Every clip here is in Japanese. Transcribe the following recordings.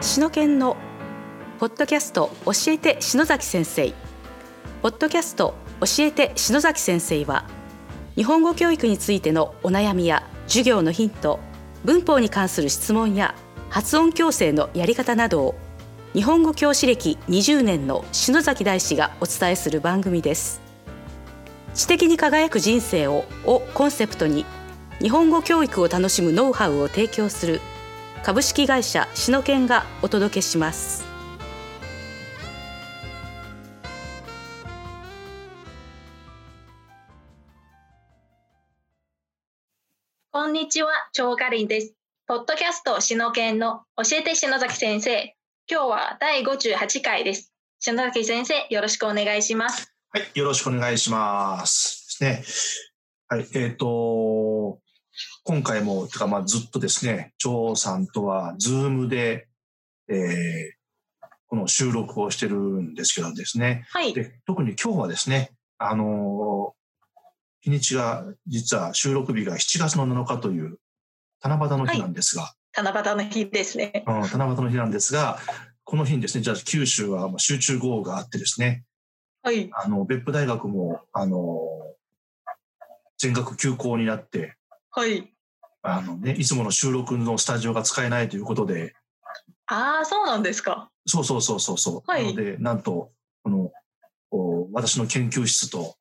篠研のポッドキャスト教えて篠崎先生ポッドキャスト教えて篠崎先生は日本語教育についてのお悩みや授業のヒント文法に関する質問や発音矯正のやり方などを日本語教師歴20年の篠崎大師がお伝えする番組です知的に輝く人生ををコンセプトに日本語教育を楽しむノウハウを提供する株式会社シノケンがお届けしますこんにちは、張かりんです。ポッドキャストしのけんの教えて篠崎先生。今日は第58回です。篠崎先生、よろしくお願いします。はい、よろしくお願いします。ですね。はい、えっ、と、今回も、てかまあずっとですね、張さんとは、ズームで、えーこの収録をしてるんですけどですね、はい、で特に今日はですね、あのー日にちが、実は収録日が7月の7日という、七夕の日なんですが、七夕の日ですね。うん、七夕の日なんですが、この日にですね、じゃあ九州はまあ集中豪雨があってですね、はい、あの、別府大学も、あの、全学休校になって、はい。あのね、いつもの収録のスタジオが使えないということで、ああ、そうなんですか。そうそうそうそうそう。はいなので、なんと、この、お私の研究室と、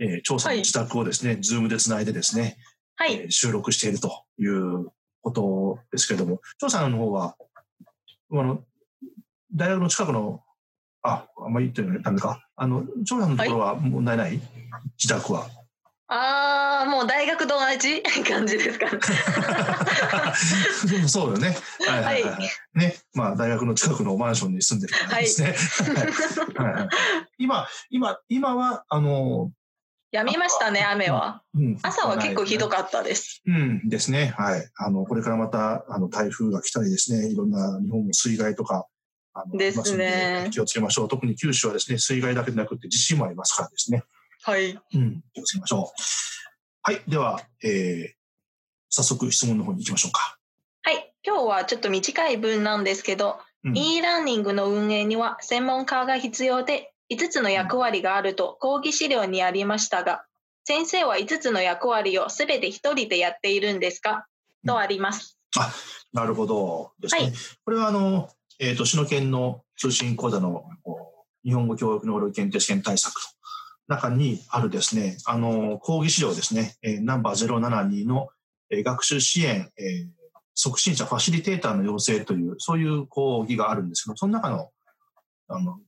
えー、調査の自宅をですね、ズームでつないでですね、はえい、ー収録しているということですけれども、調査の方は、あの、大学の近くの、あ、あんまり言ってるのダメか。あの、長さんのところは問題ない、自宅は。ああ、もう大学と同じ 感じですか ね。でも そうよね。はいはいはい。はね。まあ、大学の近くのマンションに住んでるからですね。はいはい今、今、今は、あの、やみましたね、雨は。うん朝は結構ひどく。かったです。うん、ですね。はい。あの、これからまた、あの、台風が来たりですね、いろんな日本も水害とか、あのですねありますので気をつけましょう。特に九州はですね、水害だけでなくて地震もありますからですね。はい、うん、気をつけましょう。はい。では、えー、早速質問の方に行きましょうか。はい、今日はちょっと短い文なんですけど、うん e ラーニングの運営には専門家が必要で5つの役割があると講義資料にありましたが先生は5つの役割を全て1人でやっているんですかうんとあります。なるほどですね。はいこれはあの、えっ、と、篠研の通信講座のこう日本語教育能力検定試験対策の中にあるですね、あの、講義資料ですね、えーナンバー072の、えー学習支援、えー促進者ファシリテーターの要請という、そういう講義があるんですけど、その中の、あの、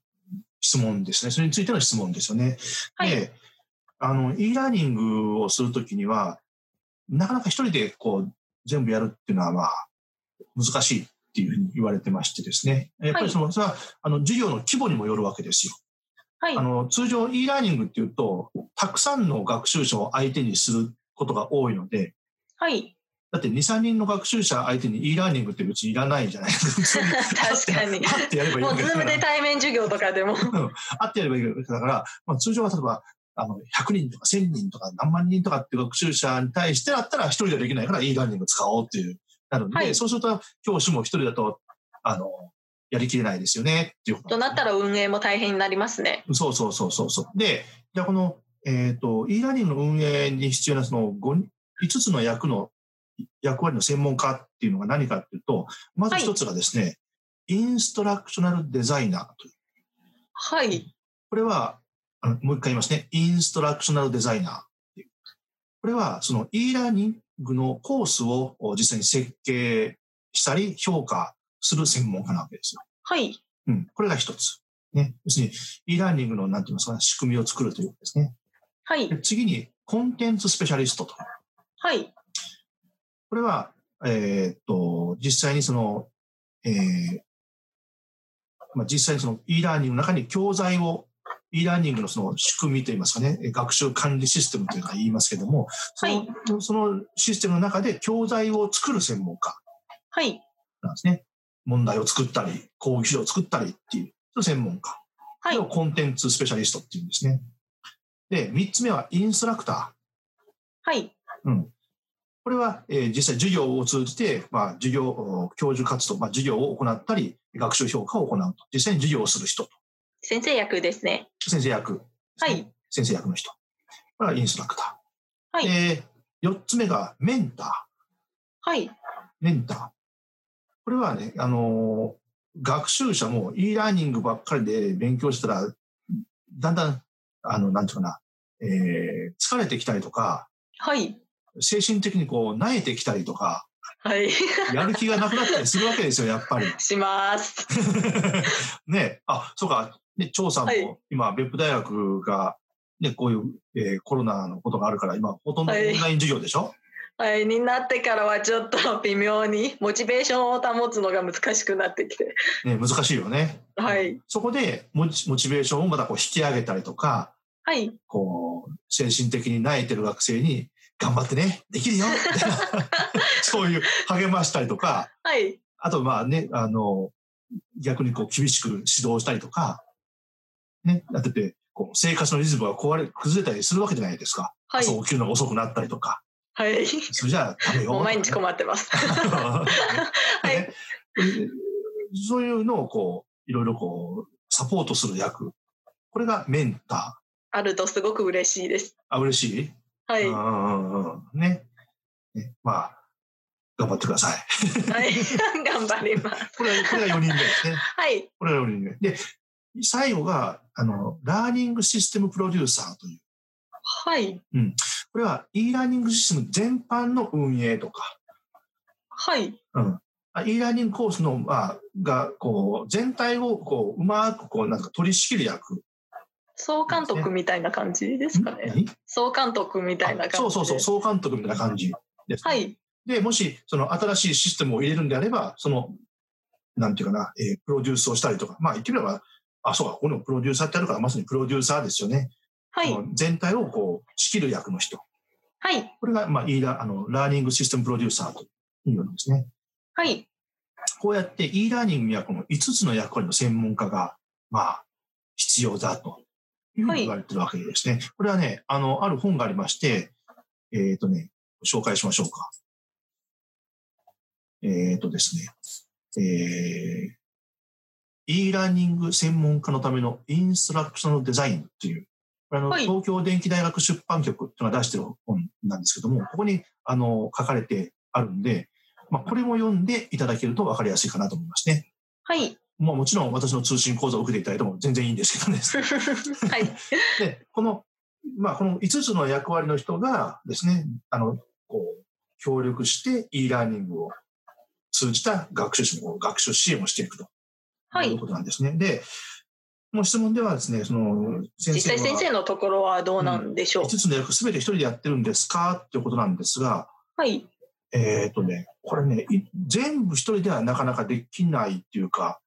質問ですね。それについての質問ですよね。はいで、あの、e ラーニングをするときには、なかなか一人でこう、全部やるっていうのは、まあ、難しいっていうふうに言われてましてですね。やっぱりその、それは、あの、授業の規模にもよるわけですよ。はいあ、の、通常 e ラーニングっていうと、たくさんの学習者を相手にすることが多いので、はい、だって2、3人の学習者相手に e ラーニングって別にいらないじゃない ですか。確かに会ってやればいいもわうけズだーかムらで。対面授業とかでもあってやればいいわけだから、まあ、通常は例えば、あの、100人とか1000人とか何万人とかっていう学習者に対してだったら一人ではできないから e ラーニング使おうっていう、なるんで、はいそうすると教師も一人だと、あの、やりきれないですよねっていうこととなったら運営も大変になりますね。そうそうそうそうそう。で、じゃあこの、えっ、と、e ラーニングの運営に必要なその5、5つの役の、役割の専門家っていうのが何かっていうと、まず一つがですね、インストラクショナルデザイナーという。はい、これは、あのもう一回言いますね。インストラクショナルデザイナーっていう。これは、その e ラーニングのコースをお実際に設計したり評価する専門家なわけですよ。はい、うん。これが一つ。ね。要するに、e ラーニングの、なんて言いますか、仕組みを作るということですね。はいで、次に、コンテンツスペシャリストと。はい、これは、えーっと、実際にその、えーまあ、実際にその e ラーニングの中に教材を、e ラーニングのその仕組みといいますかね、え学習管理システムというのは言いますけども、その,、はいそのシステムの中で教材を作る専門家はい、なんですね。問題を作ったり、講義資料を作ったりっていう、その専門家。はこれをい、コンテンツスペシャリストっていうんですね。で、3つ目はインストラクター。はい、うん。これは、えー実際授業を通じて、まあ、授業、お教授活動、まあ、授業を行ったり、学習評価を行うと。実際に授業をする人と。先生役ですね。先生役。はい。先生役の人。これはインストラクター。はいで、4つ目がメンタはい。ー。メンター。これはね、あのー学習者も e ラーニングばっかりで勉強したら、だんだん、あの、なんていうかな、えー疲れてきたりとか、はい。精神的にこう、慣れてきたりとか、はい。 やる気がなくなったりするわけですよ、やっぱり。します。 ね、あ、そうか、ね、張さんはいも今、別府大学が、ね、こういう、えーコロナのことがあるから、今、ほとんどオはンいライン授業でしょ、はい。になってからはちょっと微妙に モチベーションを保つのが難しくなってきて。ね、難しいよね。はい。そこでモチ、モチベーションをまたこう引き上げたりとか、はい。こう、精神的に萎えてる学生に、頑張ってね、でき るよ、 みたいなそういう励ましたりとか、はい。あと、まあね、あの、逆にこう厳しく指導したりとか、ね、だってて、こう生活のリズムが壊れ、崩れたりするわけじゃないですか。はい。朝起きるのが遅くなったりとか、はい。それじゃあダメよ。もう毎 日困ってます。はいねそういうのをこう、いろいろこう、サポートする役。これがメンタあるとすごく嬉しいです。ー。あ、嬉しい、はい。うんはうんうんうん。ね。ねまあ、頑張ってください。い。 頑張ります。これは、これが4人目ですね。はい。これが4人目。で、最後が、あの、ラーニングシステムプロデューサーという。はい。これは e ラーニングシステム全般の運営とか、はい。うん、あ e ラーニングコースの、まあ、がこう全体をこううまくこうなんか取り仕切る役。総監督みたいな感じですかね。何総監督みたいな感じで。そうそうそう、総監督みたいな感じです。はい。で、もしその新しいシステムを入れるんであれば、その、なんていうかな、えープロデュースをしたりとか、まあ言ってみれば、あ、そうか、ここにもプロデューサーってあるから、まさにプロデューサーですよね。はいそ。の全体をこう仕切る役の人。はい。これが、まあ、e ラあのラーニングシステムプロデューサーというのですね。はい。こうやって e ラーニングにはこの5つの役割の専門家が、まあ、必要だというふうに言われてるわけですね。これはね、あの、ある本がありまして、えっ、とね、紹介しましょうか。えっ、とですね、えー e ラーニング専門家のためのインストラクションのデザインという、これあの、はい東京電機大学出版局っていうのが出してる本なんですけども、ここにあの書かれてあるんで、まあ、これも読んでいただけると分かりやすいかなと思いますね。 はい。まあ、もちろん私の通信講座を受けていただいても全然いいんですけ どね。はい。で、この、まあ、この5つの役割の人がですね、あの、こう、協力して e ラーニングを通じた学習支援を、学習支援をしていくとはいいうことなんですね。で、この質問ではですね、その、先実生際先生はのところはどうなんでしょう。 5つの役全て一人でやってるんですかっていうことなんですが、はい。えっ、とね、これね、い全部一人ではなかなかできないっていうか、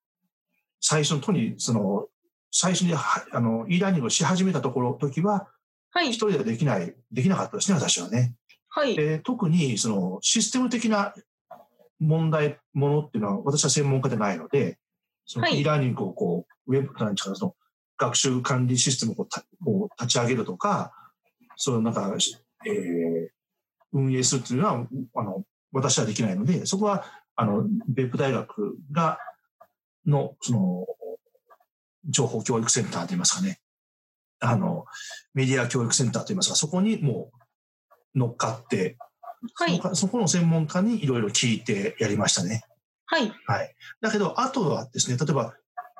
最初のとに、その、最初にはあの e ラーニングをし始めたところ、時は、は一い。人ではできない、できなかったですね、私はね。はい。で特に、その、システム的な問題、ものっていうのは、私は専門家でないので、そのはい e ラーニングをこう、ウェブ、なんていうか、その、学習管理システムをこうたこう立ち上げるとか、そのなんか、えー運営するっていうのは、あの、私はできないので、そこは、あの、別府大学が、の、その、情報教育センターといいますかね、あの、メディア教育センターといいますか、そこにもう乗っかって、はいそこそこの専門家にいろいろ聞いてやりましたね。はい。だけど、あとはですね、例えば、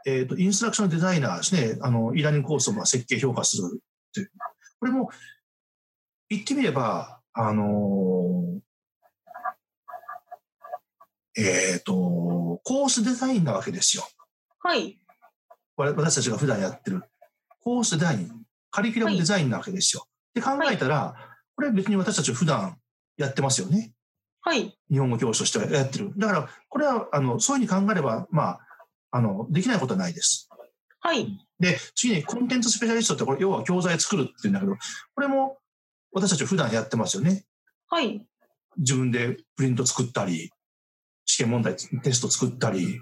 えっ、と、インストラクションデザイナーですね、あの、イラニングコースをまあ設計評価するっていう。これも、言ってみれば、あのーえっ、と、コースデザインなわけですよ。はい。われ私たちが普段やってるコースデザイン、カリキュラムデザインなわけですよ。で考えたら、これ別に私たち普段やってますよね。はい。日本語教師としてはやってる。だから、これは、あの、そういうふうに考えれば、まあ、あの、できないことはないです。はい。で、次にコンテンツスペシャリストって、これ、要は教材作るっていうんだけど、これも私たち普段やってますよね。はい。自分でプリント作ったり、試験問題、テスト作ったり、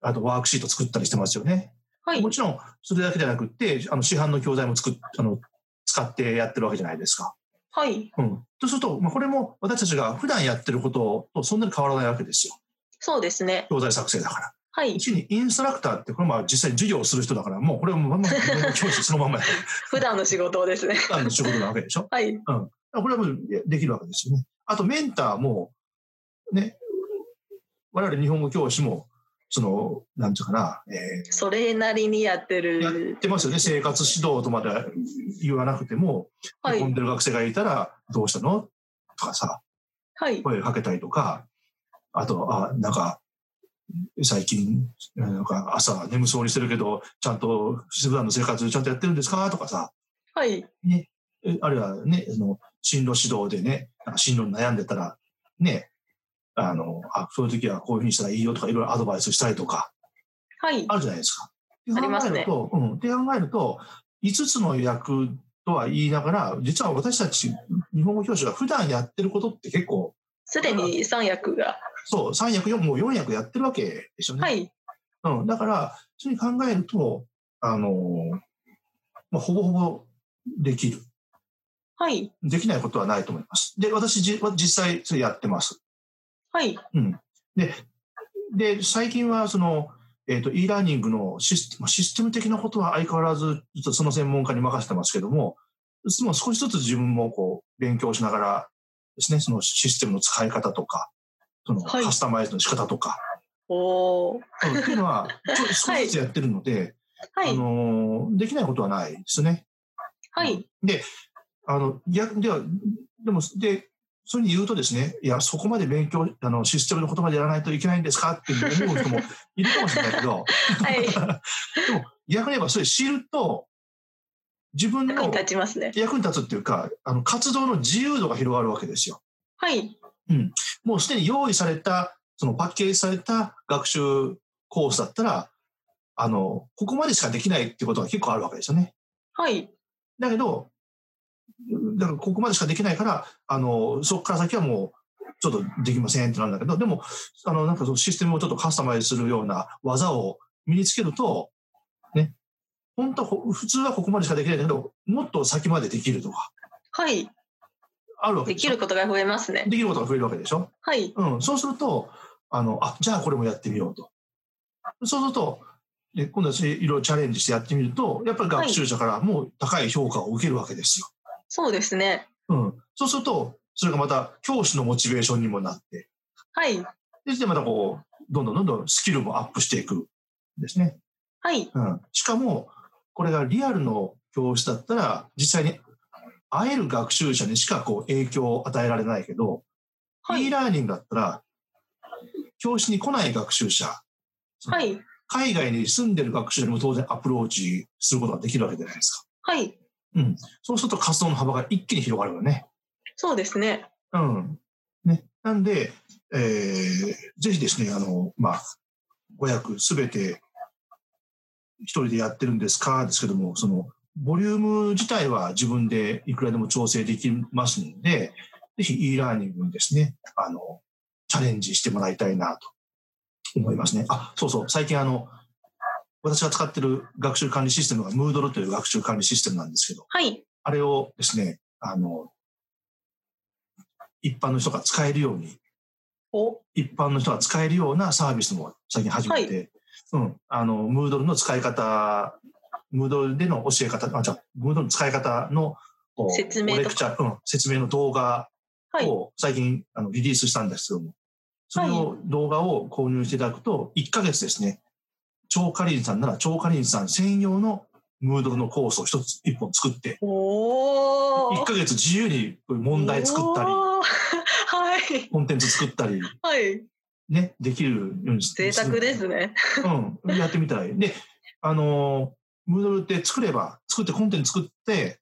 あとワークシート作ったりしてますよね。はいも。ちろん、それだけじゃなくって、あの市販の教材も作っあの使ってやってるわけじゃないですか。はい。うん。とすると、まあ、これも私たちが普段やってることとそんなに変わらないわけですよ。そうですね。教材作成だから。はい。一にインストラクターって、これは実際に授業をする人だから、もうこれはもうまんま、教師そのまんまやる。普段の仕事ですね。 普段の仕 事なわけでしょ。はい。だからこれはもうできるわけですよね。あとメンターも、ね、我々日本語教師も、その、なんていうかな、えそれなりにやってーやるっ。てますよね。生活指導とまで言わなくても、は混んい。でる学生がいたら、どうしたのとかさ、はい。声かけたりとか、あと、あ、なんか、最近、なんか朝眠そうにしてるけど、ちゃんと普段の生活ちゃんとやってるんですかとかさ、はい。えあるいはね、あの進路指導でね、なんか進路に悩んでたら、ね、あの、あ、そういう時はこういうふうにしたらいいよとか、いろいろアドバイスしたりとか、はい。あるじゃないですか。ありますってね考えると、うん、って考えると、5つの役とは言いながら、実は私たち、日本語教師が普段やってることって結構、すでに三役が。そう、3役、4、もう4役やってるわけですよね。はい。うん、だから、そういうふうに考えると、あのまあ、ほぼほぼできる。はい。できないことはないと思います。で、私、じ実際、それやってます。はい。うん。で、で、最近は、その、えっ、と、e ラーニングのシスまあシステム的なことは相変わらず、ちょっとその専門家に任せてますけども、もう少しずつ自分もこう、勉強しながらですね、そのシステムの使い方とか、そのはいカスタマイズの仕方とか、おお。うんっていうのは、ちょ少しずつやってるので、はあい。のーできないことはないですね。はい。あの、逆では、でも、で、それに言うとですね、いや、そこまで勉強、あの、システムのことまでやらないといけないんですかって思う 人もいるかもしれないけど、はい。でも、逆に言えば、それ知ると、自分役のに立ちますね。役に立つっていうか、あの、活動の自由度が広がるわけですよ。はい。もうすでに用意された、そのパッケージされた学習コースだったら、あの、ここまでしかできないってことが結構あるわけですよね。はい。だけど、だからここまでしかできないから、あのそこから先はもう、ちょっとできませんってなるんだけど、でも、あのなんかそのシステムをちょっとカスタマイズするような技を身につけると、ね、本当はほ普通はここまでしかできないんだけど、もっと先までできるとか、はい。あるわけでできしょ。ることが増えますね。できることが増えるわけでしょ。はい。うん、そうすると、あのあじゃあこれもやってみようと。そうすると、ね今度はそういういろいろチャレンジしてやってみると、やっぱり学習者からもう高い評価を受けるわけですよ。そうですね。うん、そうすると、それがまた教師のモチベーションにもなって、はい。で、でまたこう、どんどんどんどんスキルもアップしていくんですね。はい。うん、しかも、これがリアルの教師だったら、実際に会える学習者にしかこう影響を与えられないけど、は e い。ラーニングだったら、教室に来ない学習者、はい。海外に住んでる学習者にも当然アプローチすることができるわけじゃないですか。はい。そうすると活動の幅が一気に広がるよね。そうですね。うん。ね。なんで、えーぜひですね、あの、まあ、5役すべて一人でやってるんですかですけども、その、ボリューム自体は自分でいくらでも調整できますので、ぜひ e ラーニングにですね、あの、チャレンジしてもらいたいなと思いますね。あ、そうそう、最近あの、私が使ってる学習管理システムが Moodle という学習管理システムなんですけど、はい。あれをですね、あの、一般の人が使えるように、お。一般の人が使えるようなサービスも最近始めて、うん、あの、Moodle の使い方、Moodle での教え方、あ、じゃあ Moodle の使い方の、こう説明とかレクチャー、うん、説明の動画はい。を最近あのリリースしたんですけども、それを、動画を購入していただくと、1ヶ月ですね、超かりんさんなら超かりんさん専用の Moodle のコースを一つ、一本作って、おお。 1ヶ月自由に問題作ったり、おーはい。コンテンツ作ったり、はい。ね、できるようにし贅沢です。ね。うん、やってみたらいい。で、あのー、ムードルって作れば、作ってコンテンツ作って、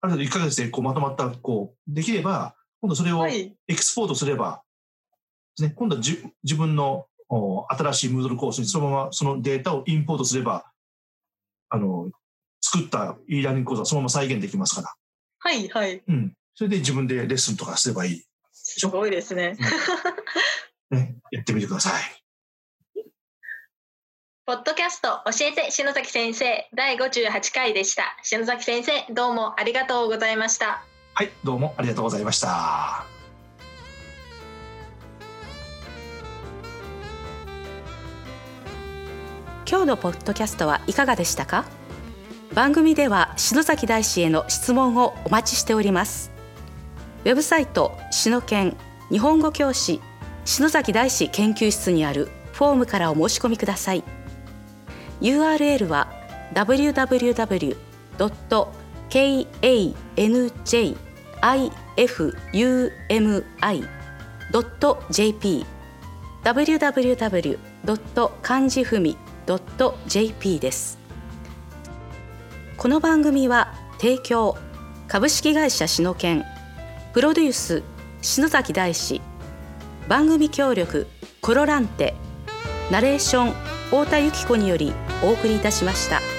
ある程度1ヶ月でこうまとまった、こう、できれば、今度それをはエい。クスポートすれば、ですね、今度はじ自分のお新しいムードルコースにそのままそのデータをインポートすれば、あの作った e ラーニング講座をそのまま再現できますから、はい。はい。うん。それで自分でレッスンとかすればいい。すごいですね。ね、やってみてください。ポッドキャスト教えて篠崎先生第58回でした。篠崎先生どうもありがとうございました。はい、どうもありがとうございました。今日のポッドキャストはいかがでしたか番組では篠崎大師への質問をお待ちしておりますウェブサイト篠研日本語教師篠崎大師研究室にあるフォームからお申し込みください URL は www.kanjifumi.jp www. 漢字ふみ .jp ですこの番組は提供株式会社篠研プロデュース篠崎大志番組協力コロランテナレーション太田由紀子によりお送りいたしました。